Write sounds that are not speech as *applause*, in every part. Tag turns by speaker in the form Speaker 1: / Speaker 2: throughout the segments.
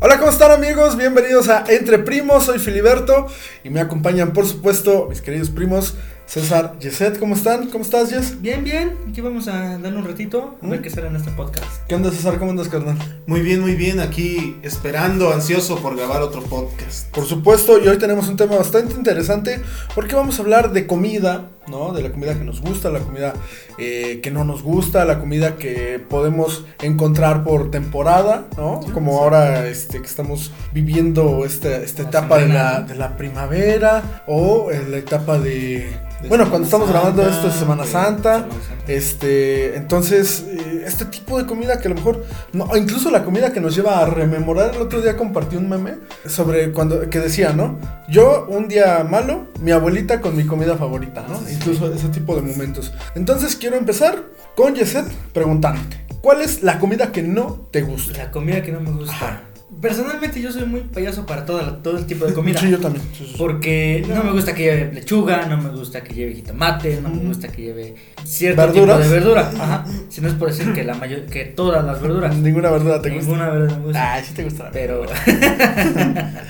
Speaker 1: Hola, ¿cómo están amigos? Bienvenidos a Entre Primos, soy Filiberto y me acompañan por supuesto mis queridos primos César, Yeset, ¿cómo están? ¿Cómo estás Jess?
Speaker 2: Bien, bien, aquí vamos a darle un ratito a
Speaker 1: ¿Mm?
Speaker 2: ver qué será en este podcast.
Speaker 1: ¿Qué onda César? ¿Cómo andas carnal?
Speaker 3: Muy bien, muy bien, aquí esperando, ansioso por grabar otro podcast.
Speaker 1: Por supuesto, y hoy tenemos un tema bastante interesante porque vamos a hablar de comida, ¿no? De la comida que nos gusta, la comida eh, que no nos gusta, la comida que podemos encontrar por temporada, ¿no? Como ahora este, que estamos viviendo esta, esta
Speaker 2: La
Speaker 1: etapa de
Speaker 2: primavera,
Speaker 1: la,
Speaker 2: ¿no?
Speaker 1: de la primavera o en la etapa de... bueno, cuando estamos grabando esto es Semana
Speaker 3: de-
Speaker 1: Santa.
Speaker 2: Semana Santa.
Speaker 1: Este, entonces, eh, este tipo de comida que a lo mejor, no, o incluso la comida que nos lleva a rememorar. El otro día compartí un meme sobre cuando, que decía, ¿no? Yo, un día malo, mi abuelita con mi comida favorita, ¿no? Incluso ese tipo de momentos. Entonces, quiero empezar con Yeset preguntándote: ¿Cuál es la comida que no te gusta?
Speaker 2: La comida que no me gusta.
Speaker 1: Ajá.
Speaker 2: Personalmente yo soy muy payaso para toda la- todo el tipo de comida.
Speaker 1: Sí, yo también. Sí, sí, sí.
Speaker 2: Porque no me gusta que lleve lechuga, no me gusta que lleve jitomate, no
Speaker 1: Ujú.
Speaker 2: me gusta que lleve cierto
Speaker 1: Mm. ¿Verduras? Mm.
Speaker 2: tipo de verdura. Ajá. Si no es por decir que la mayor, que todas las verduras.
Speaker 1: Ninguna verdura te gusta.
Speaker 2: Ninguna verdura me gusta.
Speaker 1: Mm. Ah, sí te gusta. la
Speaker 2: Pero.
Speaker 1: verdura.
Speaker 2: *laughs*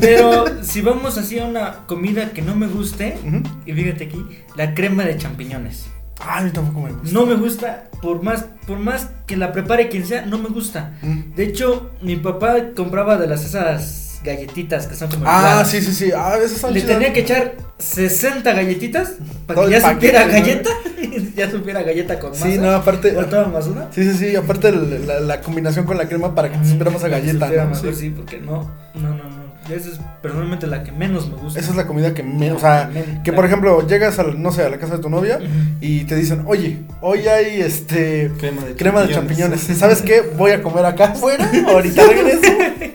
Speaker 2: Pero si vamos así a una comida que no me guste,
Speaker 1: Ujú.
Speaker 2: y fíjate aquí, la crema de champiñones.
Speaker 1: Ah, a mí tampoco me gusta.
Speaker 2: No me gusta, por más, por más que la prepare quien sea, no me gusta.
Speaker 1: Mm.
Speaker 2: De hecho, mi papá compraba de las esas galletitas que son como
Speaker 1: Ah,
Speaker 2: infladas.
Speaker 1: sí, sí, sí. Ah, esas son
Speaker 2: Le
Speaker 1: chidas.
Speaker 2: tenía que echar 60 galletitas para
Speaker 1: Todo
Speaker 2: que
Speaker 1: el
Speaker 2: ya supiera
Speaker 1: paquete,
Speaker 2: galleta, *laughs* ya supiera galleta con masa.
Speaker 1: Sí, no, aparte.
Speaker 2: ¿O todo más una?
Speaker 1: Sí, sí, sí, aparte el- la, la combinación con la crema para que te supiera más a
Speaker 2: Que
Speaker 1: galleta,
Speaker 2: supiera
Speaker 1: ¿no?
Speaker 2: mejor,
Speaker 1: Sí.
Speaker 2: sí. porque no, no, no, no. Esa es personalmente la que menos me gusta. *laughs*
Speaker 1: Esa es la comida que me, o sea,
Speaker 2: Men-
Speaker 1: que por ejemplo llegas al, no sé, a la casa de tu novia
Speaker 2: Ujú.
Speaker 1: y te dicen, oye, hoy hay este
Speaker 3: Crema de
Speaker 1: crema de champiñones,
Speaker 3: *laughs*
Speaker 1: ¿sabes qué? Voy a comer *laughs* acá afuera, ahorita regreso.
Speaker 2: Es-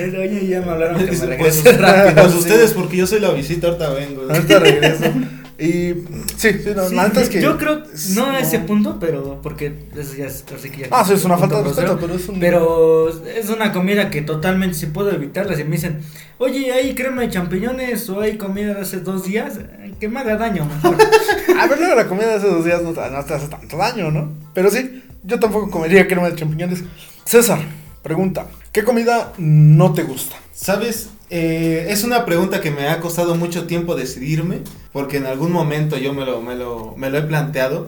Speaker 2: Oye, ya me hablaron que me
Speaker 3: Pues,
Speaker 1: *laughs*
Speaker 2: regrese *laughs* rápido.
Speaker 3: pues
Speaker 1: sí.
Speaker 3: ustedes, porque yo soy la visita, ahorita vengo.
Speaker 1: ahorita regreso. Y sí, sí, no,
Speaker 2: Sí,
Speaker 1: la neta es que...
Speaker 2: Yo creo,
Speaker 1: es-
Speaker 2: no a ese punto, pero porque eso ya es, ahora sí que ya-
Speaker 1: Ah, sí, es una falta
Speaker 2: punto
Speaker 1: de
Speaker 2: grosero,
Speaker 1: respeto, pero es un...
Speaker 2: Pero es una comida que totalmente se puede evitarla. Si me dicen, oye, hay crema de champiñones o hay comida de hace dos días, eh, que me haga
Speaker 1: *laughs*
Speaker 2: daño. mejor.
Speaker 1: A ver, luego la comida de esos dos días no te, no te hace tanto daño, ¿no? Pero sí, yo tampoco comería crema de champiñones. César, pregunta, ¿qué comida no te gusta?
Speaker 3: Sabes, Eh, es una pregunta que me ha costado mucho tiempo decidirme, porque en algún momento yo me lo, me lo, me lo he planteado.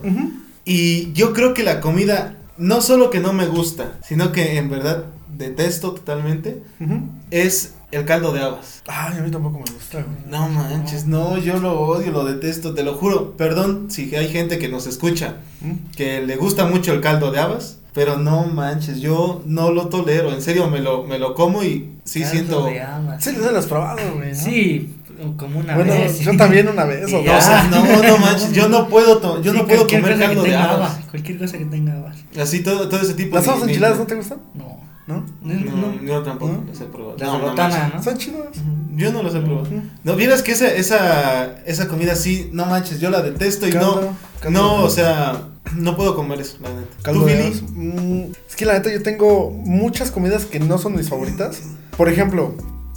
Speaker 3: Y yo creo que la comida, no solo que no me gusta, sino que en verdad detesto totalmente,
Speaker 1: Ujú.
Speaker 3: es el caldo de habas.
Speaker 1: Ay, a mí tampoco me gusta, güey.
Speaker 3: No manches, no, yo lo odio, lo detesto, te lo juro. Perdón si hay gente que nos escucha
Speaker 1: Mm.
Speaker 3: que le gusta mucho el caldo de habas, pero no manches, yo no lo tolero. En serio, me lo, me lo como y sí
Speaker 2: Caldo
Speaker 3: siento.
Speaker 2: de habas.
Speaker 1: Sí, les has probado, güey. ¿no?
Speaker 2: Sí, como una
Speaker 1: bueno,
Speaker 2: vez.
Speaker 1: yo también una vez. o
Speaker 2: Y
Speaker 1: dos.
Speaker 3: No,
Speaker 2: ya.
Speaker 3: o sea, no, no manches, yo no puedo, to- yo
Speaker 2: Sí,
Speaker 3: no puedo
Speaker 2: cualquier
Speaker 3: comer
Speaker 2: cosa que
Speaker 3: caldo de
Speaker 2: tenga
Speaker 3: habas.
Speaker 2: habas, Cualquier cosa que tenga habas.
Speaker 3: Así todo, todo ese tipo
Speaker 1: ¿Las
Speaker 3: de-
Speaker 1: hojas
Speaker 3: de-
Speaker 1: enchiladas no te gustan?
Speaker 2: No.
Speaker 1: ¿No?
Speaker 2: No,
Speaker 3: No,
Speaker 2: no.
Speaker 3: yo tampoco
Speaker 1: ¿No?
Speaker 3: las he probado.
Speaker 2: La
Speaker 3: No, no
Speaker 2: zarrotana,
Speaker 3: manches.
Speaker 2: ¿no?
Speaker 1: Son chidas. Mm.
Speaker 3: Yo no las he probado.
Speaker 1: Ujú.
Speaker 3: No, vieras que esa, esa, esa comida sí, no manches, yo la detesto y no.
Speaker 1: Caldo, caldo
Speaker 3: No,
Speaker 1: de-
Speaker 3: o sea, no puedo comer eso, la neta.
Speaker 1: Caldo
Speaker 3: ¿Tú,
Speaker 1: de
Speaker 3: Billy?
Speaker 1: habas. Mm, es que la neta yo tengo muchas comidas que no son mis favoritas. Por ejemplo,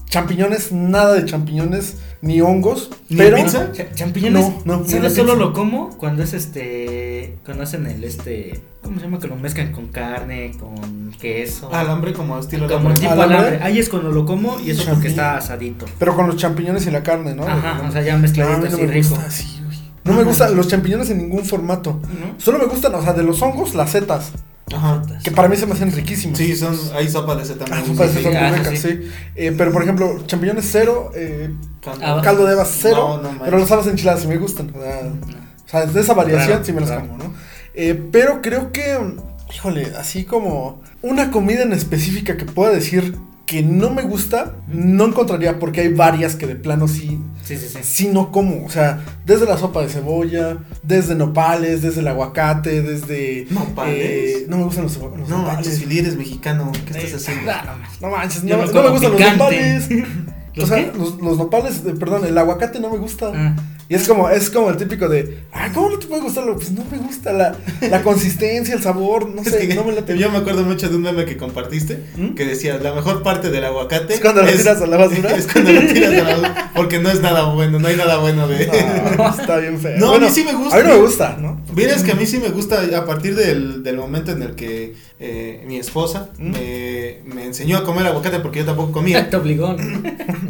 Speaker 1: champiñones, nada de champiñones ni hongos.
Speaker 3: ¿Ni
Speaker 1: pero
Speaker 3: pizza?
Speaker 2: Cha- Champiñones.
Speaker 1: No, no, ni
Speaker 2: ¿Sabes?
Speaker 1: la
Speaker 2: Solo
Speaker 1: pizza.
Speaker 2: lo como cuando es este. Cuando hacen el este. ¿Cómo se llama? Que lo mezclan con carne, con queso.
Speaker 3: Alambre como estilo
Speaker 2: como
Speaker 3: alambre.
Speaker 2: tipo
Speaker 1: ¿Alambre?
Speaker 2: alambre. Ahí es cuando lo como y eso porque
Speaker 1: Champiñón.
Speaker 2: está asadito.
Speaker 1: pero con los champiñones y la carne, ¿no?
Speaker 2: Ajá, o sea, ya
Speaker 1: No, a mí
Speaker 2: mezcladito
Speaker 3: Ah,
Speaker 1: no
Speaker 2: así
Speaker 1: me
Speaker 2: rico.
Speaker 1: gusta así, güey. No me gustan los champiñones en ningún formato.
Speaker 2: ¿No?
Speaker 1: Solo me gustan, o sea, de los hongos, las setas.
Speaker 3: Ajá.
Speaker 1: Que para mí se me hacen riquísimas.
Speaker 3: Sí, son, hay sopa de ese
Speaker 1: Ah,
Speaker 3: también.
Speaker 1: sopa de
Speaker 3: Sí,
Speaker 1: setas
Speaker 2: sí,
Speaker 1: muy
Speaker 2: ah,
Speaker 1: ricas,
Speaker 2: sí.
Speaker 1: sí. Eh, pero por ejemplo, champiñones cero, eh,
Speaker 3: caldo.
Speaker 1: caldo de habas cero,
Speaker 3: Ah, No, no manches.
Speaker 1: pero las habas enchiladas sí me gustan. O sea,
Speaker 2: No.
Speaker 1: o sea, de esa variación
Speaker 3: Claro,
Speaker 1: sí me las
Speaker 3: claro.
Speaker 1: como, ¿no? Eh, pero creo que, híjole, así como una comida en específica que pueda decir que no me gusta, no encontraría porque hay varias que de plano sí,
Speaker 2: Sí, sí, sí.
Speaker 1: sí no como. O sea, desde la sopa de cebolla, desde nopales, desde el aguacate, desde...
Speaker 3: ¿Nopales?
Speaker 1: eh, no me gustan los, los
Speaker 3: No,
Speaker 1: nopales.
Speaker 3: manches, Billy, eres mexicano. ¿Qué estás
Speaker 2: *laughs*
Speaker 3: haciendo?
Speaker 2: Ah, no más.
Speaker 1: No manches,
Speaker 2: Yo
Speaker 1: no, no
Speaker 2: no como
Speaker 1: me gustan
Speaker 2: picante.
Speaker 1: los nopales.
Speaker 3: *laughs*
Speaker 2: ¿Los
Speaker 1: o sea,
Speaker 2: qué?
Speaker 1: los, los nopales, eh, perdón, el aguacate no me gusta.
Speaker 2: Ah,
Speaker 1: Y es como, es como el típico de, ah, ¿cómo no te puede gustar? Pues no me gusta la, la
Speaker 3: *laughs*
Speaker 1: consistencia, el sabor, no
Speaker 3: Es
Speaker 1: sé,
Speaker 3: que
Speaker 1: no me late.
Speaker 3: Yo me acuerdo mucho de un meme que compartiste *laughs*
Speaker 1: ¿Mm?
Speaker 3: que decía: La mejor parte del aguacate
Speaker 1: Es cuando lo tiras a la basura.
Speaker 3: *laughs* Es cuando lo tiras a
Speaker 1: *laughs*
Speaker 3: la basura. Porque no es nada bueno, no hay nada bueno de.
Speaker 1: No, está bien feo.
Speaker 3: No, a
Speaker 1: Bueno,
Speaker 3: mí sí me gusta.
Speaker 1: A mí no me gusta, ¿no?
Speaker 3: *laughs* Vieras que a mí sí me gusta a partir del, del momento en el que eh, mi esposa
Speaker 1: ¿Mm?
Speaker 3: me, me, me enseñó a comer aguacate porque yo tampoco comía.
Speaker 4: Te obligó.
Speaker 1: *laughs*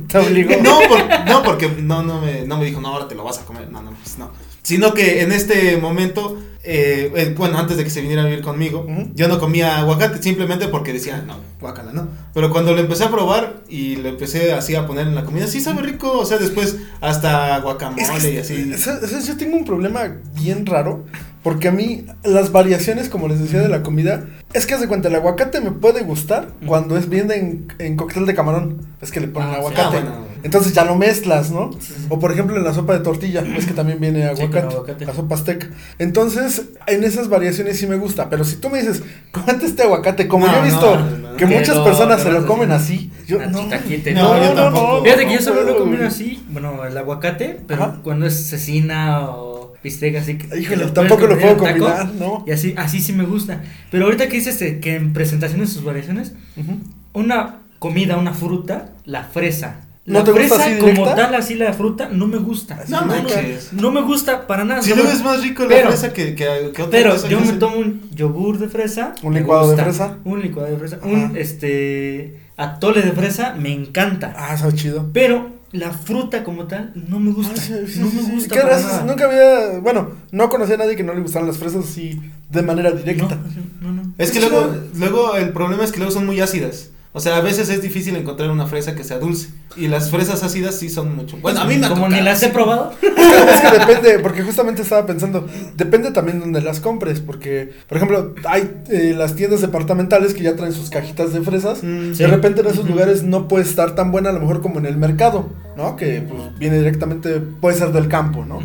Speaker 1: Te obligó.
Speaker 3: No, por- no, porque no, no, me, no me dijo, no, ahora te lo vas a comer. No, no, pues no. Sino que en este momento, eh, eh, bueno, antes de que se viniera a vivir conmigo,
Speaker 1: Ujú.
Speaker 3: yo no comía aguacate simplemente porque decía, no, guacala, no. Pero cuando lo empecé a probar y lo empecé así a poner en la comida, sí sabe rico. O sea, después hasta guacamole
Speaker 1: Es que,
Speaker 3: y así.
Speaker 1: ¿sabes? ¿sabes? Yo tengo un problema bien raro. Porque a mí, las variaciones, como les decía, de la comida. Es que, haz de cuenta, el aguacate me puede gustar cuando es bien en, en cóctel de camarón. Es que le ponen
Speaker 4: Ah, sí.
Speaker 1: aguacate.
Speaker 3: Ah, bueno.
Speaker 1: Entonces ya lo mezclas, ¿no?
Speaker 4: Sí, sí.
Speaker 1: O por ejemplo en la sopa de
Speaker 3: *clears throat*
Speaker 1: tortilla, es que también viene
Speaker 4: Sí, con
Speaker 1: aguacate,
Speaker 4: aguacate.
Speaker 1: la sopa azteca. Entonces, en esas variaciones sí me gusta, pero si tú me dices, cómete este aguacate, como
Speaker 3: No,
Speaker 1: yo he
Speaker 3: no,
Speaker 1: visto
Speaker 3: no, no.
Speaker 1: que
Speaker 4: Que
Speaker 1: muchas
Speaker 4: lo-
Speaker 1: personas
Speaker 4: lo
Speaker 1: se lo
Speaker 4: haces
Speaker 1: comen
Speaker 4: en-
Speaker 1: así, yo
Speaker 4: una
Speaker 1: no.
Speaker 4: chicaquete,
Speaker 3: no, yo tampoco.
Speaker 4: Fíjate que yo solo lo he
Speaker 1: puedo,
Speaker 4: comido
Speaker 1: güey.
Speaker 4: así, bueno, el aguacate, pero
Speaker 1: Ajá.
Speaker 4: cuando es cecina o bistec así. que- que
Speaker 1: Híjole,
Speaker 4: puedes
Speaker 1: tampoco lo
Speaker 4: comer
Speaker 1: puedo
Speaker 4: en taco,
Speaker 1: combinar, ¿no?
Speaker 4: Y así, así sí me gusta. Pero ahorita que dices eh, que en presentaciones sus variaciones,
Speaker 1: Ujú.
Speaker 4: una comida, una fruta, la fresa.
Speaker 1: ¿No
Speaker 4: La
Speaker 1: te gusta
Speaker 4: fresa
Speaker 1: así
Speaker 4: como
Speaker 1: directa?
Speaker 4: tal, así la fruta, no me gusta.
Speaker 3: No
Speaker 4: no,
Speaker 3: manches.
Speaker 4: no me gusta para nada.
Speaker 3: Si
Speaker 4: no
Speaker 3: luego
Speaker 4: me-
Speaker 3: es más rico la
Speaker 4: pero-
Speaker 3: fresa que, que, que otra
Speaker 4: pero
Speaker 3: cosa
Speaker 4: yo
Speaker 3: que
Speaker 4: me
Speaker 3: hace.
Speaker 4: tomo un yogur de fresa.
Speaker 1: Un
Speaker 4: me
Speaker 1: licuado de
Speaker 4: gusta.
Speaker 1: fresa.
Speaker 4: Un licuado de fresa.
Speaker 1: Ajá.
Speaker 4: Un este atole de fresa me encanta.
Speaker 1: Ah, sabe chido.
Speaker 4: Pero la fruta como tal no me gusta.
Speaker 1: Ah, sí, sí,
Speaker 4: no
Speaker 1: sí,
Speaker 4: me
Speaker 1: sí.
Speaker 4: gusta.
Speaker 1: ¿Qué
Speaker 4: para
Speaker 1: haces?
Speaker 4: nada.
Speaker 1: Nunca había, bueno, no conocía a nadie que no le gustaran las fresas así de
Speaker 4: *laughs*
Speaker 1: manera directa.
Speaker 4: No, no, no.
Speaker 3: Es que
Speaker 1: Sí,
Speaker 3: luego,
Speaker 1: no.
Speaker 3: luego el problema es que luego son muy ácidas. O sea, a veces es difícil encontrar una fresa que sea dulce. Y las fresas ácidas sí son mucho. Bueno, a mí me ha
Speaker 4: Como ni
Speaker 3: tocado.
Speaker 4: las he
Speaker 1: *laughs*
Speaker 4: probado.
Speaker 1: es que depende, porque justamente estaba pensando, depende también donde las compres, porque, por ejemplo, hay eh, las tiendas departamentales que ya traen sus cajitas de fresas.
Speaker 3: Mm,
Speaker 4: Sí.
Speaker 1: De repente en esos
Speaker 4: Ujú.
Speaker 1: lugares no puede estar tan buena a lo mejor como en el mercado, ¿no? Que pues viene directamente, puede ser del campo, ¿no?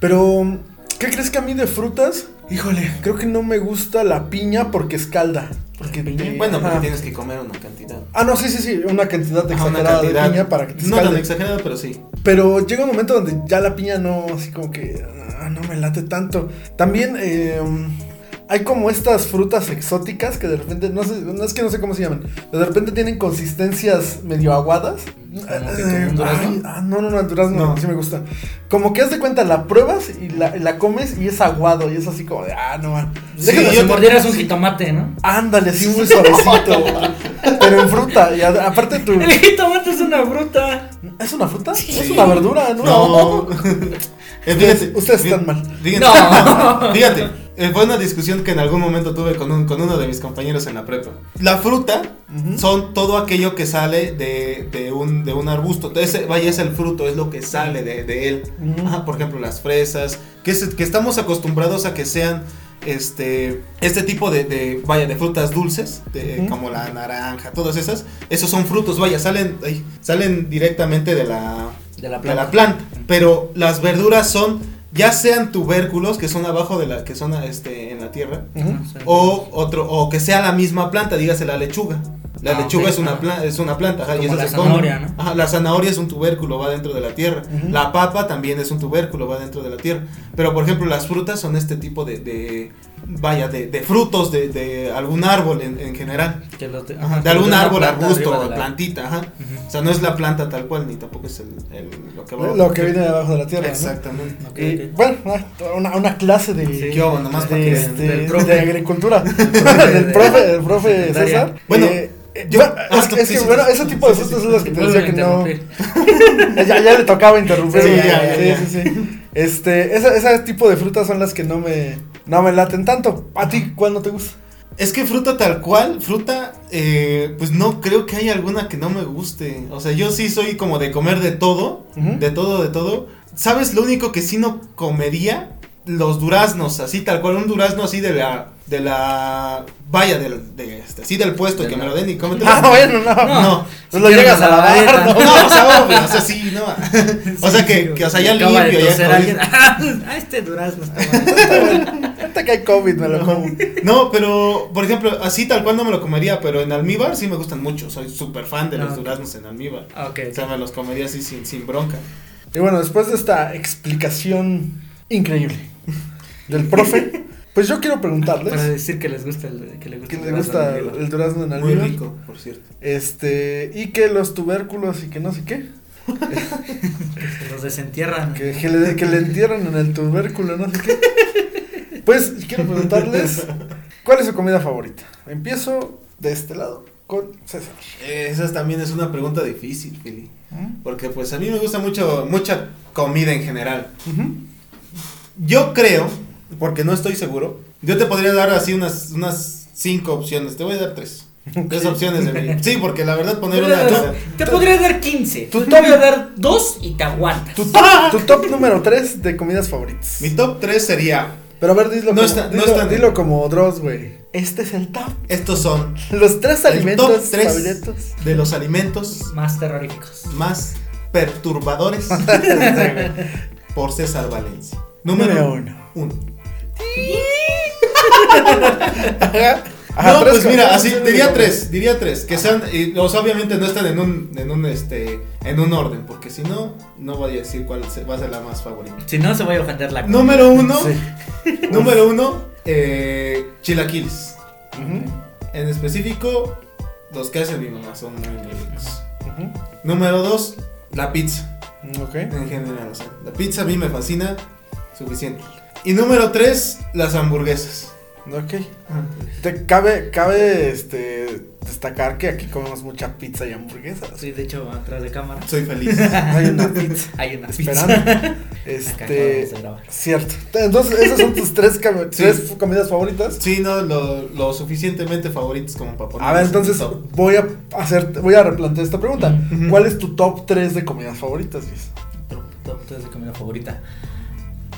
Speaker 1: Pero, ¿qué crees que a mí de frutas? Híjole, creo que no me gusta la piña porque escalda. Porque
Speaker 4: ¿Piña?
Speaker 1: te-
Speaker 3: Bueno, porque
Speaker 1: ajá.
Speaker 3: tienes que comer una cantidad.
Speaker 1: Ah, no, sí, sí, sí, una cantidad
Speaker 3: Ajá, una
Speaker 1: exagerada
Speaker 3: cantidad.
Speaker 1: de piña para que te
Speaker 3: no
Speaker 1: escalde.
Speaker 3: tan exagerada, pero sí.
Speaker 1: Pero llega un momento donde ya la piña no, así como que ah, no me late tanto. También eh, hay como estas frutas exóticas que de repente, no sé, no es que no sé cómo se llaman, de repente tienen consistencias medio aguadas.
Speaker 4: Como que como
Speaker 1: Eh,
Speaker 4: un durazno.
Speaker 1: ay, ah, no, no, no, el durazno,
Speaker 3: No.
Speaker 1: sí me gusta. Como que haz de cuenta, la pruebas y la, y la comes y es aguado y es así como de, ah, no, man.
Speaker 4: Como
Speaker 3: Sí,
Speaker 1: Déjalo
Speaker 4: si
Speaker 3: yo te-
Speaker 4: mordieras un jitomate, ¿no?
Speaker 1: Ándale, así muy suavecito. pero en fruta, y a- aparte
Speaker 2: *laughs*
Speaker 1: tu...
Speaker 4: El jitomate es una fruta.
Speaker 1: ¿Es una fruta? Es
Speaker 3: Sí.
Speaker 1: una verdura, ¿no?
Speaker 3: Eh,
Speaker 1: Ustedes- ustedes
Speaker 3: fí-
Speaker 1: están mal.
Speaker 3: Fíjate,
Speaker 4: No.
Speaker 3: *laughs* fíjate, eh, fue una discusión que en algún momento tuve con, un- con uno de mis compañeros en la prepa. La fruta
Speaker 1: Ujú.
Speaker 3: son todo aquello que sale de, de un, de un arbusto. Ese, vaya, es el fruto, es lo que sale de, de él.
Speaker 1: Ujú.
Speaker 3: Ajá, por ejemplo, las fresas, que, se- que estamos acostumbrados a que sean este, este tipo de, de, vaya, de frutas dulces, de-
Speaker 1: Ujú.
Speaker 3: como la naranja, todas esas. Esos son frutos, vaya, salen, ay, salen directamente de la,
Speaker 4: De la
Speaker 3: de
Speaker 4: planta.
Speaker 3: la planta. Pero las verduras son, ya sean tubérculos que son abajo de la, que son este, en la tierra,
Speaker 1: Ujú.
Speaker 4: Sí.
Speaker 3: o otro, o que sea la misma planta, dígase la lechuga. La
Speaker 4: Ah,
Speaker 3: lechuga
Speaker 4: ok,
Speaker 3: es, una
Speaker 4: ajá.
Speaker 3: planta, es una planta, ajá, y
Speaker 4: Como
Speaker 3: esa
Speaker 4: la
Speaker 3: se come.
Speaker 4: zanahoria, ¿no?
Speaker 3: Ajá, la zanahoria es un tubérculo, va dentro de la tierra.
Speaker 1: Ujú.
Speaker 3: La papa también es un tubérculo, va dentro de la tierra. Pero, por ejemplo, las frutas son este tipo de, de- vaya, de, de frutos de, de algún árbol en, en general.
Speaker 4: Que lo te-
Speaker 3: Ajá,
Speaker 4: ajá,
Speaker 3: de algún
Speaker 4: una
Speaker 3: árbol,
Speaker 4: planta
Speaker 3: arbusto,
Speaker 4: arriba de la-
Speaker 3: plantita, ajá.
Speaker 4: Ujú.
Speaker 3: O sea, no es la planta tal cual, ni tampoco es el, el- lo que va
Speaker 1: Lo que viene debajo de la tierra. ¿no?
Speaker 3: Exactamente.
Speaker 4: Ok,
Speaker 1: Y,
Speaker 4: ok.
Speaker 1: bueno, una- una, una clase de,
Speaker 4: Sí.
Speaker 3: ¿Qué hubo? Nomás para
Speaker 1: de,
Speaker 3: que-
Speaker 1: este,
Speaker 4: del profe.
Speaker 1: de agricultura.
Speaker 3: *laughs*
Speaker 4: profe
Speaker 1: del
Speaker 4: de-
Speaker 1: profe, del profe
Speaker 4: secundaria.
Speaker 1: César.
Speaker 3: Bueno,
Speaker 1: Eh, eh,
Speaker 3: yo-
Speaker 1: bueno,
Speaker 3: ah,
Speaker 1: es,
Speaker 3: tú-
Speaker 1: que- es
Speaker 3: sí,
Speaker 1: que
Speaker 3: sí,
Speaker 1: bueno,
Speaker 3: sí,
Speaker 1: ese
Speaker 3: sí,
Speaker 1: tipo de
Speaker 3: sí, sí,
Speaker 1: frutas
Speaker 3: sí,
Speaker 1: son las
Speaker 4: Te
Speaker 1: que te
Speaker 4: vuelven
Speaker 1: decía
Speaker 4: a
Speaker 1: que no.
Speaker 4: interrumpir.
Speaker 1: *laughs* Ya, ya le tocaba interrumpir.
Speaker 3: Sí,
Speaker 1: ¿no?
Speaker 3: ya, ya,
Speaker 1: sí, sí, sí. Este, esa- ese tipo de frutas son las que no me, no me laten tanto. ¿A ti cuál no te gusta?
Speaker 3: Es que fruta tal cual, fruta, eh, pues no creo que haya alguna que no me guste. O sea, yo sí soy como de comer de todo,
Speaker 1: Ujú.
Speaker 3: de todo, de todo. ¿Sabes lo único que sí no comería? Los duraznos, así tal cual, un durazno así de la, de la, vaya, del, de este, así del puesto,
Speaker 4: De
Speaker 3: que
Speaker 4: la-
Speaker 3: me lo den y cómetelo.
Speaker 1: *laughs* Ah, bueno, no.
Speaker 4: No.
Speaker 3: no,
Speaker 1: Pues lo llegas a lavar, ¿no?
Speaker 3: No, o sea, obvio, o sea, sí, no.
Speaker 1: *laughs*
Speaker 3: O sea, que, que, o sea, ya
Speaker 4: Acaba de
Speaker 3: limpio, ya
Speaker 4: toser
Speaker 3: con-
Speaker 4: alguien. *laughs* Ah, este durazno está bueno.
Speaker 1: *laughs* Hasta que hay COVID, me lo como.
Speaker 3: No, pero, por ejemplo, así tal cual no me lo comería, pero en almíbar sí me gustan mucho. Soy súper fan de los
Speaker 4: Ah, ok.
Speaker 3: duraznos en almíbar.
Speaker 4: Ah, ok.
Speaker 3: O sea, me los comería así sin, sin bronca.
Speaker 1: Y bueno, después de esta explicación increíble del profe, pues yo quiero
Speaker 4: Para
Speaker 1: preguntarles
Speaker 4: decir que les gusta el que le gusta,
Speaker 1: que
Speaker 4: el
Speaker 1: le
Speaker 4: durazno
Speaker 1: gusta
Speaker 4: de Miguel.
Speaker 1: el durazno en almíbar,
Speaker 3: por cierto.
Speaker 1: este, y que los tubérculos y que no sé qué,
Speaker 4: Se los desentierran.
Speaker 1: que, que le, que le entierran en el tubérculo, no sé qué. Pues quiero preguntarles, ¿cuál es su comida favorita? Empiezo de este lado. con César?
Speaker 3: Eh, Esa también es una pregunta difícil, Fili. Porque pues a mí me gusta mucho, mucha comida en general.
Speaker 1: Ujú.
Speaker 3: Yo creo, porque no estoy seguro, yo te podría dar así unas, unas cinco opciones. Te voy a dar tres. Tres opciones de mí. Sí, porque la verdad poner una...
Speaker 2: Te podría dar 15.
Speaker 1: Tú-
Speaker 2: Tú te voy a dar 2 y te aguantas.
Speaker 1: Tu top, tu top número 3 de comidas favoritas.
Speaker 3: Mi top tres sería...
Speaker 1: Pero a ver, dilo,
Speaker 3: No
Speaker 1: como,
Speaker 3: está- no
Speaker 1: dilo,
Speaker 3: está-
Speaker 1: dilo como Dross, güey. Este es el top.
Speaker 3: Estos son
Speaker 1: Los tres
Speaker 3: El
Speaker 1: alimentos
Speaker 3: top tres. *laughs*
Speaker 1: favoritos.
Speaker 3: de los alimentos
Speaker 2: Más terroríficos.
Speaker 3: más perturbadores por César Valencia.
Speaker 1: Número
Speaker 3: Número
Speaker 1: uno.
Speaker 3: uno.
Speaker 1: Ajá.
Speaker 3: no,
Speaker 1: tres
Speaker 3: pues mira,
Speaker 1: comidas,
Speaker 3: así
Speaker 1: tres
Speaker 3: diría
Speaker 1: alimentos.
Speaker 3: tres, diría tres, que sean, y los obviamente no están en un, en un este, en un orden, porque si no, no voy a decir cuál se- va a ser la más favorita.
Speaker 2: Si no, se va a ofender la comida.
Speaker 3: Número uno,
Speaker 1: Sí.
Speaker 3: *laughs* número uno, eh, chilaquiles.
Speaker 1: Ujú,
Speaker 3: En específico, los que hace mi mamá son muy ricos.
Speaker 1: ujú.
Speaker 3: Número dos, la pizza,
Speaker 1: Ok.
Speaker 3: en general, o sea, la pizza a mí me fascina, suficiente. Y número tres, las hamburguesas.
Speaker 1: Ah, Ok. Te cabe, cabe este, destacar que aquí comemos mucha pizza y hamburguesas.
Speaker 3: *laughs*
Speaker 2: Sí, de hecho, atrás de cámara.
Speaker 3: Soy feliz.
Speaker 1: Hay una pizza
Speaker 2: *laughs* Hay una pizza.
Speaker 1: *laughs* esperando.
Speaker 2: Acá acabamos de
Speaker 1: Este.
Speaker 2: grabar.
Speaker 1: Cierto. Entonces, esas son tus tres, cam-
Speaker 3: Sí.
Speaker 1: tres comidas favoritas.
Speaker 3: Sí, no, lo, lo suficientemente favoritos como para poner.
Speaker 1: A ver, entonces voy a hacer, voy a replantear esta pregunta.
Speaker 3: Ujú.
Speaker 1: ¿Cuál es tu top 3 de comidas favoritas, Luis?
Speaker 2: Top, top tres de comida favorita.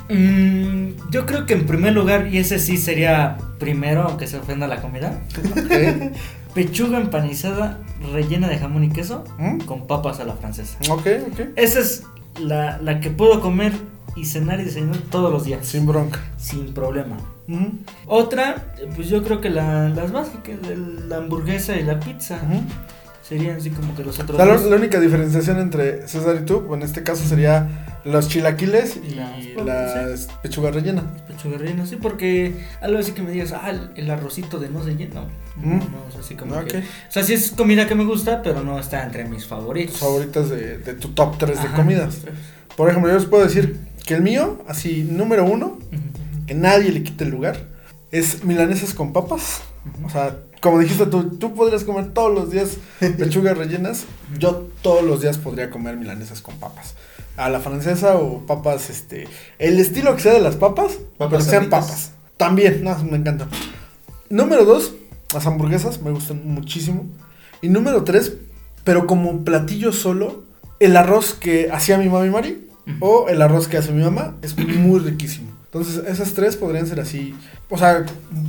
Speaker 2: Mm, yo creo que en primer lugar, y ese sí sería primero, aunque se ofenda
Speaker 1: *laughs*
Speaker 2: la comida,
Speaker 1: Ok.
Speaker 2: pechuga empanizada rellena de jamón y queso
Speaker 1: ¿Mm?
Speaker 2: con papas a la francesa.
Speaker 1: Ok, ok.
Speaker 2: Esa es la, la que puedo comer y cenar y desayunar todos los días.
Speaker 1: Sin bronca.
Speaker 2: sin problema.
Speaker 1: Ujú,
Speaker 2: Otra, eh, pues yo creo que la- las básicas, el- la hamburguesa y la pizza,
Speaker 1: ujú.
Speaker 2: serían así como que los
Speaker 1: O
Speaker 2: otros.
Speaker 1: sea, la,
Speaker 2: dos.
Speaker 1: la única diferenciación entre César y tú, o en este caso sería los chilaquiles y
Speaker 2: Las
Speaker 1: las,
Speaker 2: papas,
Speaker 1: pechugas rellenas.
Speaker 2: Pechuga rellena, sí, porque algo así que me digas, ah, el- el arrocito de no sé qué, no.
Speaker 1: Mm.
Speaker 2: No, no, es así como
Speaker 1: Ok.
Speaker 2: que- O sea, sí es comida que me gusta, pero no está entre mis favoritos.
Speaker 1: Tus favoritas de, de tu top 3 de
Speaker 2: Ajá.
Speaker 1: comidas. Por ejemplo, yo les puedo decir que el mío, así número uno,
Speaker 2: Ujú, ujú,
Speaker 1: que nadie le quite el lugar, es milanesas con papas.
Speaker 2: ujú.
Speaker 1: O sea, como dijiste tú, tú podrías comer todos los
Speaker 3: *laughs*
Speaker 1: días pechugas rellenas. Yo todos los días podría comer milanesas con papas. A la francesa o papas, este. El estilo que sea de las papas,
Speaker 3: Papas
Speaker 1: pero sean
Speaker 3: fritas.
Speaker 1: papas. También, no, me encanta. Número dos, las hamburguesas me gustan muchísimo. Y número tres, pero como platillo solo, el arroz que hacía mi mami Mari
Speaker 2: Ujú.
Speaker 1: o el arroz que hace mi mamá es muy riquísimo. Entonces, esas tres podrían ser así. O sea,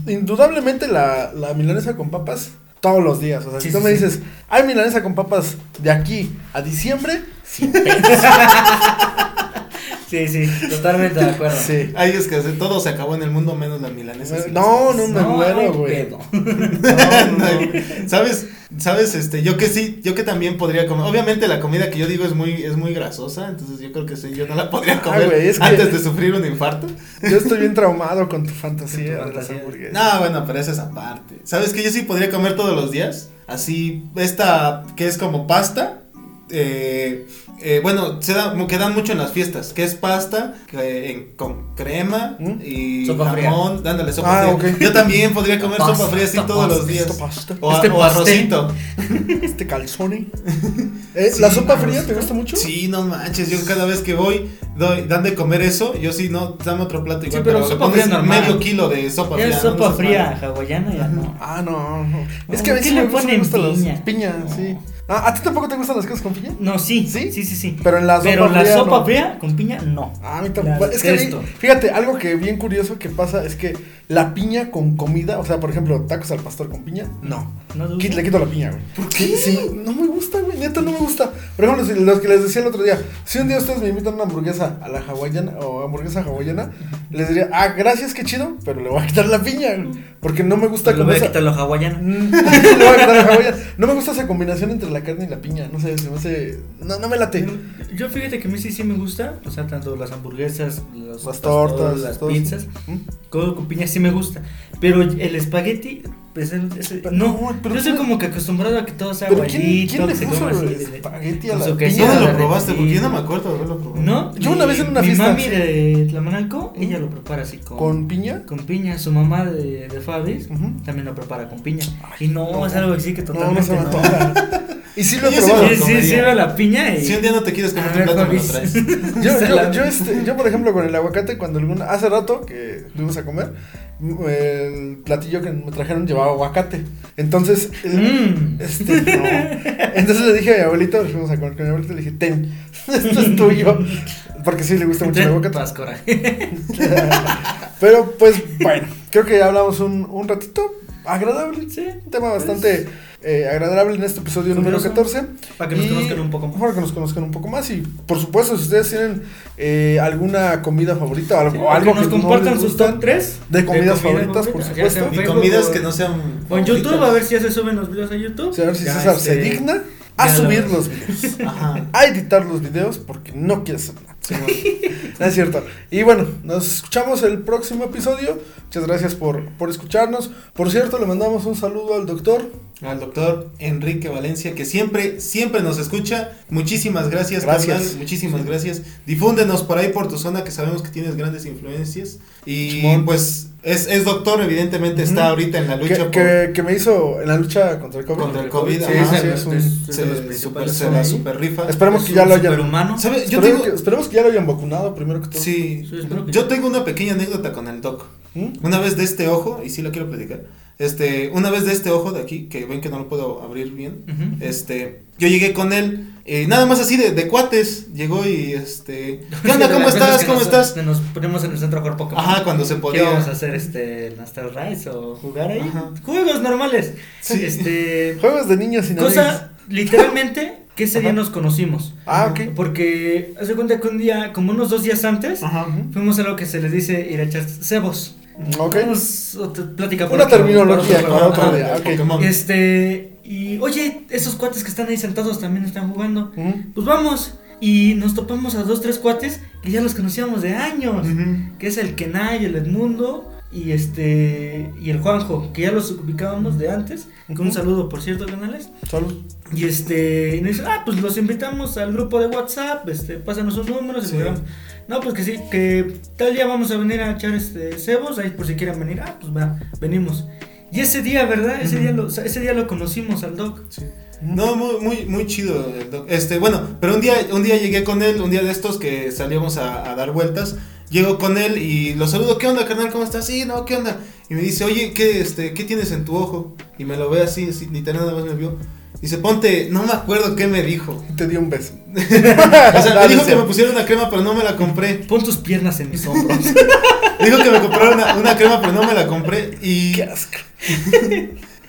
Speaker 1: indudablemente la, la milanesa con papas todos los días. O sea,
Speaker 2: Sí,
Speaker 1: si tú
Speaker 2: sí,
Speaker 1: me
Speaker 2: sí.
Speaker 1: dices, hay milanesa con papas de aquí a diciembre,
Speaker 2: Sí, sí, totalmente de acuerdo.
Speaker 1: *laughs* sí.
Speaker 3: Hay es que todo se acabó en el mundo menos la milanesa. sí.
Speaker 1: Eh, No, no me
Speaker 2: hay
Speaker 1: muero, güey.
Speaker 2: pedo.
Speaker 1: No, no.
Speaker 3: *laughs* ¿Sabes? ¿Sabes? Este, yo que sí, yo que también podría comer. Obviamente la comida que yo digo es muy, es muy grasosa, entonces yo creo que sí, yo no la podría
Speaker 1: Ah,
Speaker 3: comer
Speaker 1: güey, es que-
Speaker 3: antes de sufrir un infarto.
Speaker 1: Yo estoy bien traumado con tu fantasía,
Speaker 2: Con tu
Speaker 1: de las
Speaker 2: fantasía.
Speaker 1: hamburguesas.
Speaker 3: No, bueno, pero esa es aparte. ¿Sabes que yo sí podría comer todos los días? Así, esta que es como pasta. eh, eh, bueno, se da, que dan mucho en las fiestas, que es pasta que- en- con crema
Speaker 1: ¿Mm?
Speaker 3: y
Speaker 2: Sopa fría.
Speaker 3: jamón, dándole sopa
Speaker 1: Ah,
Speaker 3: fría.
Speaker 1: ok.
Speaker 3: Yo también podría comer
Speaker 2: Esta
Speaker 3: sopa
Speaker 2: pasta,
Speaker 3: fría así
Speaker 2: esta
Speaker 3: todos los
Speaker 2: pasta,
Speaker 3: días.
Speaker 1: Esta
Speaker 3: *laughs*
Speaker 1: pasta,
Speaker 3: O, a-
Speaker 2: Este
Speaker 3: o
Speaker 2: pastel.
Speaker 3: arrocito.
Speaker 1: este
Speaker 3: *laughs*
Speaker 1: calzone. Eh,
Speaker 3: Sí,
Speaker 1: ¿La sopa
Speaker 3: arroz.
Speaker 1: fría te gusta mucho?
Speaker 3: Sí, no manches, yo cada vez que voy, doy, dan de comer eso, yo sí, no, dame otro plato igual,
Speaker 2: pero
Speaker 3: pero, le
Speaker 2: sopa
Speaker 3: pones
Speaker 2: fría normal.
Speaker 3: medio kilo de
Speaker 1: Pues
Speaker 3: sopa
Speaker 2: Ya *laughs*
Speaker 3: fría.
Speaker 2: es
Speaker 3: ¿no?
Speaker 2: sopa
Speaker 3: No seas
Speaker 2: fría
Speaker 3: malo.
Speaker 2: hawaiana, ya no.
Speaker 1: Ah, no. no. Es
Speaker 2: No,
Speaker 1: que a veces
Speaker 2: ¿qué le
Speaker 1: me gustan, me
Speaker 2: ponen
Speaker 1: gustan las
Speaker 2: piña?
Speaker 1: piñas,
Speaker 2: No.
Speaker 1: sí. Ah, ¿A ti tampoco te gustan las cosas con piña?
Speaker 2: No, sí,
Speaker 1: ¿Sí?
Speaker 2: sí, sí, sí.
Speaker 1: Pero en la sopa
Speaker 2: Pero la
Speaker 1: fría,
Speaker 2: sopa
Speaker 1: no.
Speaker 2: fría con piña, no.
Speaker 1: Ah, a mí tampoco.
Speaker 2: La
Speaker 1: Es que, a mí-
Speaker 2: detesto.
Speaker 1: fíjate, algo que bien curioso que pasa es que la piña con comida, o sea, por ejemplo, tacos al pastor con piña, no.
Speaker 2: No
Speaker 1: Qui- Le quito la piña, güey. ¿Por qué? no me gusta, güey, neta no me gusta. Por ejemplo, si- los que les decía el otro día, si un día ustedes me invitan una hamburguesa a la hawaiana o hamburguesa hawaiana, les diría, ah, gracias, qué chido, pero le voy a quitar la piña, güey, porque no me gusta
Speaker 2: Te lo voy a
Speaker 1: esa-
Speaker 2: quitar lo hawaiano.
Speaker 1: Mm, le voy a quitar la hawaiana. No me gusta esa combinación entre la carne y la piña, no sé, se me hace... No, no me late.
Speaker 2: Yo fíjate que a mí sí, sí me gusta. O sea, tanto las hamburguesas, los
Speaker 1: Las
Speaker 2: tostados,
Speaker 1: tortas,
Speaker 2: las
Speaker 1: todo eso.
Speaker 2: pizzas.
Speaker 1: ¿Mm?
Speaker 2: Todo con piña sí me gusta. Pero el espagueti pues, el- ese-
Speaker 1: Pero
Speaker 2: no,
Speaker 1: no, pero
Speaker 2: yo soy
Speaker 1: tú-
Speaker 2: como que acostumbrado a que todo sea
Speaker 1: ¿Pero quién,
Speaker 2: guayito,
Speaker 1: quién le
Speaker 2: que se coma
Speaker 1: puso
Speaker 2: así,
Speaker 1: el
Speaker 2: de-
Speaker 1: espagueti a
Speaker 2: con
Speaker 1: la piña?
Speaker 2: su quesito
Speaker 3: ¿Dónde lo
Speaker 2: de
Speaker 3: probaste? Porque yo no me
Speaker 2: repollo.
Speaker 3: acuerdo de haberlo probado.
Speaker 2: No,
Speaker 1: Yo una vez en una
Speaker 2: mi
Speaker 1: fiesta-
Speaker 2: mami de Tlamanalco, ella lo prepara así con,
Speaker 1: ¿Con piña?
Speaker 2: con piña. Su mamá de, de Fabis
Speaker 1: Ujú.
Speaker 2: también lo prepara con piña. y no,
Speaker 1: no.
Speaker 2: es algo así que
Speaker 1: No, no
Speaker 2: totalmente.
Speaker 1: se me
Speaker 2: No,
Speaker 1: antoja. Y sí lo he
Speaker 3: Yo sí
Speaker 1: probado.
Speaker 2: *laughs*
Speaker 3: me
Speaker 2: Sí, sí,
Speaker 3: comería.
Speaker 2: sí, veo la piña y.
Speaker 3: Si un día no te quieres
Speaker 2: A
Speaker 3: comer tu
Speaker 2: ver,
Speaker 3: plato, me lo
Speaker 2: Fabis. *laughs*
Speaker 3: traes.
Speaker 1: Yo,
Speaker 2: Se
Speaker 1: yo-
Speaker 2: la-
Speaker 1: yo, este, yo, por ejemplo, con el aguacate, cuando alguna, hace rato que fuimos a comer, m- el platillo que me trajeron llevaba aguacate. Entonces, el-
Speaker 2: Mm.
Speaker 1: este, no. Entonces le dije a mi abuelito, nos fuimos a comer con mi abuelito, le dije, ten, *laughs* esto es tuyo. Porque sí le gusta mucho el
Speaker 2: Te
Speaker 1: aguacate.
Speaker 2: vas coraje.
Speaker 1: Pero
Speaker 2: *laughs*
Speaker 1: pues bueno, creo que ya hablamos un, un ratito agradable, sí, un tema bastante eh, agradable en este episodio número
Speaker 2: Curioso.
Speaker 1: 14.
Speaker 2: *laughs* Para que nos
Speaker 1: Y
Speaker 2: conozcan un poco más.
Speaker 1: Para que nos conozcan un poco más y por supuesto si ustedes tienen eh, alguna comida favorita o algo,
Speaker 2: Sí,
Speaker 1: o algo
Speaker 2: que nos
Speaker 1: no
Speaker 2: compartan
Speaker 1: les
Speaker 2: sus
Speaker 1: gusta,
Speaker 2: top 3
Speaker 1: de comidas favoritas, por supuesto.
Speaker 3: Y comidas que no sean.
Speaker 2: O en
Speaker 3: favoritas.
Speaker 2: YouTube, a ver si ya se suben los videos a YouTube.
Speaker 1: o sea, a ver si
Speaker 2: Ya,
Speaker 1: César se
Speaker 2: este,
Speaker 1: digna a
Speaker 2: ya lo
Speaker 1: subir
Speaker 2: ves.
Speaker 1: los videos,
Speaker 3: Ajá.
Speaker 1: a editar los videos porque no quiere hacer nada.
Speaker 2: *laughs*
Speaker 1: No es cierto. Y bueno, nos escuchamos el próximo episodio. Muchas gracias por, por escucharnos. Por cierto, le mandamos un saludo al doctor.
Speaker 3: Al doctor Enrique Valencia, que siempre, siempre nos escucha. Muchísimas gracias,
Speaker 1: Gracias.
Speaker 3: carnal. Muchísimas gracias. Difúndenos por ahí por tu zona, que sabemos que tienes grandes influencias. Y
Speaker 1: Simón.
Speaker 3: pues es, es doctor, evidentemente está
Speaker 1: Ujú.
Speaker 3: ahorita en la
Speaker 1: Que,
Speaker 3: lucha por.
Speaker 1: que- que me hizo en la lucha contra el COVID.
Speaker 3: Contra el COVID,
Speaker 1: Sí,
Speaker 3: ajá.
Speaker 1: sí, es un-
Speaker 3: se,
Speaker 2: de los
Speaker 3: super,
Speaker 2: principales
Speaker 3: se la
Speaker 2: son ahí.
Speaker 3: super rifa.
Speaker 1: Esperemos
Speaker 2: Es
Speaker 1: que ya
Speaker 2: un
Speaker 1: lo hayan.
Speaker 2: superhumano.
Speaker 3: ¿Sabe? Yo
Speaker 1: Esperemos,
Speaker 3: tengo.
Speaker 1: que, esperemos que ya lo hayan vacunado primero que todo.
Speaker 3: Sí,
Speaker 2: Sí, espero que
Speaker 3: yo
Speaker 2: sí.
Speaker 3: tengo una pequeña anécdota con el doc.
Speaker 1: ¿Mm?
Speaker 3: Una vez de este ojo, y sí lo quiero platicar. Este, una vez de este ojo de aquí, que ven que no lo puedo abrir bien.
Speaker 2: Ujú.
Speaker 3: Este, yo llegué con él, eh, nada más así de, de cuates, llegó y
Speaker 2: *laughs*
Speaker 3: este, ¿qué onda?
Speaker 2: De
Speaker 3: ¿Cómo
Speaker 2: las veces
Speaker 3: estás?
Speaker 2: que
Speaker 3: ¿Cómo
Speaker 2: nos-
Speaker 3: estás?
Speaker 2: que nos ponemos en el centro a jugar Pokémon.
Speaker 3: Ajá, cuando se
Speaker 2: ¿Qué íbamos a
Speaker 3: podía.
Speaker 2: hacer? Este, Master Rise o jugar ahí.
Speaker 3: Ajá.
Speaker 2: Juegos normales.
Speaker 3: Sí.
Speaker 2: Este,
Speaker 1: *laughs* Juegos de niños sin amigos.
Speaker 2: cosa, literalmente, que ese día
Speaker 1: Ajá.
Speaker 2: nos conocimos.
Speaker 1: Ah, ok.
Speaker 2: Porque, haz de cuenta que un día, como unos dos días antes,
Speaker 3: Ajá.
Speaker 2: fuimos a lo que se les dice ir a echar cebos.
Speaker 1: Ok.
Speaker 2: Vamos, otra plática por
Speaker 1: Una
Speaker 2: otro-
Speaker 1: terminología
Speaker 2: por
Speaker 1: con
Speaker 2: otro-
Speaker 1: otro
Speaker 2: ajá.
Speaker 1: día. ok.
Speaker 3: Pokémon.
Speaker 2: Este, y oye, esos cuates que están ahí sentados también están jugando.
Speaker 1: ¿Mm?
Speaker 2: Pues vamos. Y nos topamos a dos, tres cuates que ya los conocíamos de años.
Speaker 3: Ujú.
Speaker 2: Que es el Kenai, el Edmundo y este. Y el Juanjo, que ya los ubicábamos de antes. Con
Speaker 1: Ujú.
Speaker 2: un saludo, por cierto, canales.
Speaker 1: Salud.
Speaker 2: Y este. Y nos dice, ah, pues los invitamos al grupo de WhatsApp. Este, pásanos sus números. y
Speaker 3: Sí.
Speaker 2: jugamos". No, pues que sí, que tal día vamos a venir a echar este cebos. Ahí por si quieren venir. Ah, pues va, venimos. Y ese día, ¿verdad? Ese,
Speaker 3: Ujú.
Speaker 2: día, lo, ese día lo conocimos al Doc.
Speaker 3: Sí. No, muy, muy, muy chido el doc. Este, bueno, pero un día, un día llegué con él, un día de estos que salíamos a, a dar vueltas. Llego con él y lo saludo, ¿qué onda, carnal? ¿Cómo estás? Sí, no, ¿qué onda? Y me dice, oye, ¿qué, este, ¿qué tienes en tu ojo? Y me lo ve así, así, literal nada más me vio. Dice, ponte, no me acuerdo qué me dijo.
Speaker 1: Te di un beso.
Speaker 3: *laughs* O
Speaker 1: *laughs*
Speaker 3: sea, me dijo que me pusiera una crema, pero no me la compré.
Speaker 2: Pon tus piernas
Speaker 1: *laughs*
Speaker 2: en mis hombros.
Speaker 3: Me dijo que me comprara una, una crema, pero no me la compré. Y,
Speaker 1: Qué asco.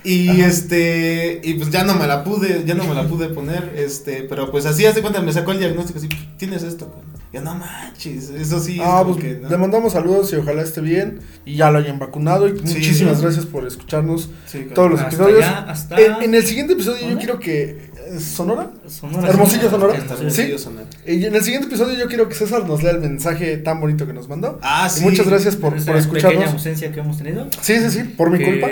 Speaker 3: y este, y pues ya no me la pude, ya no me la pude poner. Este, pero pues así, hace cuenta, me sacó el diagnóstico así, tienes esto. cabrón?". Yo, no manches, eso sí. es
Speaker 1: Ah,
Speaker 3: como
Speaker 1: pues,
Speaker 3: que, ¿no?
Speaker 1: Le mandamos saludos y ojalá esté bien. Y ya lo hayan vacunado. Y
Speaker 3: Sí,
Speaker 1: muchísimas
Speaker 3: sí.
Speaker 1: gracias por escucharnos
Speaker 3: Sí, cabrón.
Speaker 1: todos los
Speaker 2: Hasta
Speaker 1: episodios.
Speaker 2: allá, hasta-
Speaker 1: En, en el siguiente episodio yo
Speaker 2: ¿Dónde?
Speaker 1: quiero que... eh, ¿Sonora?
Speaker 2: Sonora.
Speaker 1: Hermosillo, Sonora.
Speaker 3: Hasta
Speaker 2: Hermosillo.
Speaker 3: los
Speaker 1: Sí.
Speaker 3: videos sonar.
Speaker 1: Y en el siguiente episodio yo quiero que César nos lea el mensaje tan bonito que nos mandó.
Speaker 3: Ah,
Speaker 1: Y
Speaker 3: sí.
Speaker 1: muchas gracias por,
Speaker 2: Esa
Speaker 1: por
Speaker 2: pequeña
Speaker 1: escucharnos.
Speaker 2: ausencia que hemos tenido.
Speaker 1: Sí, sí, sí, por mi
Speaker 2: que-
Speaker 1: culpa.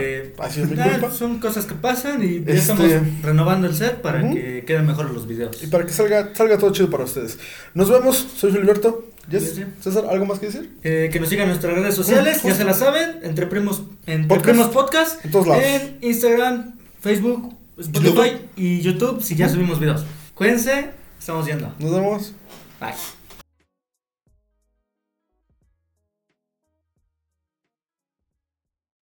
Speaker 1: Ha sido mi
Speaker 2: Ah,
Speaker 1: culpa.
Speaker 2: Son cosas que pasan y
Speaker 1: Este-
Speaker 2: ya estamos renovando el set para
Speaker 1: Ujú.
Speaker 2: que queden mejor los videos.
Speaker 1: Y para que salga, salga todo chido para ustedes. Nos vemos, soy Filiberto. Yes.
Speaker 2: Sí, sí.
Speaker 1: César, ¿algo más que decir?
Speaker 2: Eh, que nos sigan en nuestras redes sociales,
Speaker 1: Ujú.
Speaker 2: ya se la saben, entre primos, entre
Speaker 1: Podcast.
Speaker 2: primos podcast,
Speaker 1: En todos lados.
Speaker 2: en Instagram, Facebook, Spotify y YouTube si ya subimos videos. Cuídense, estamos yendo.
Speaker 1: Nos vemos.
Speaker 2: Bye.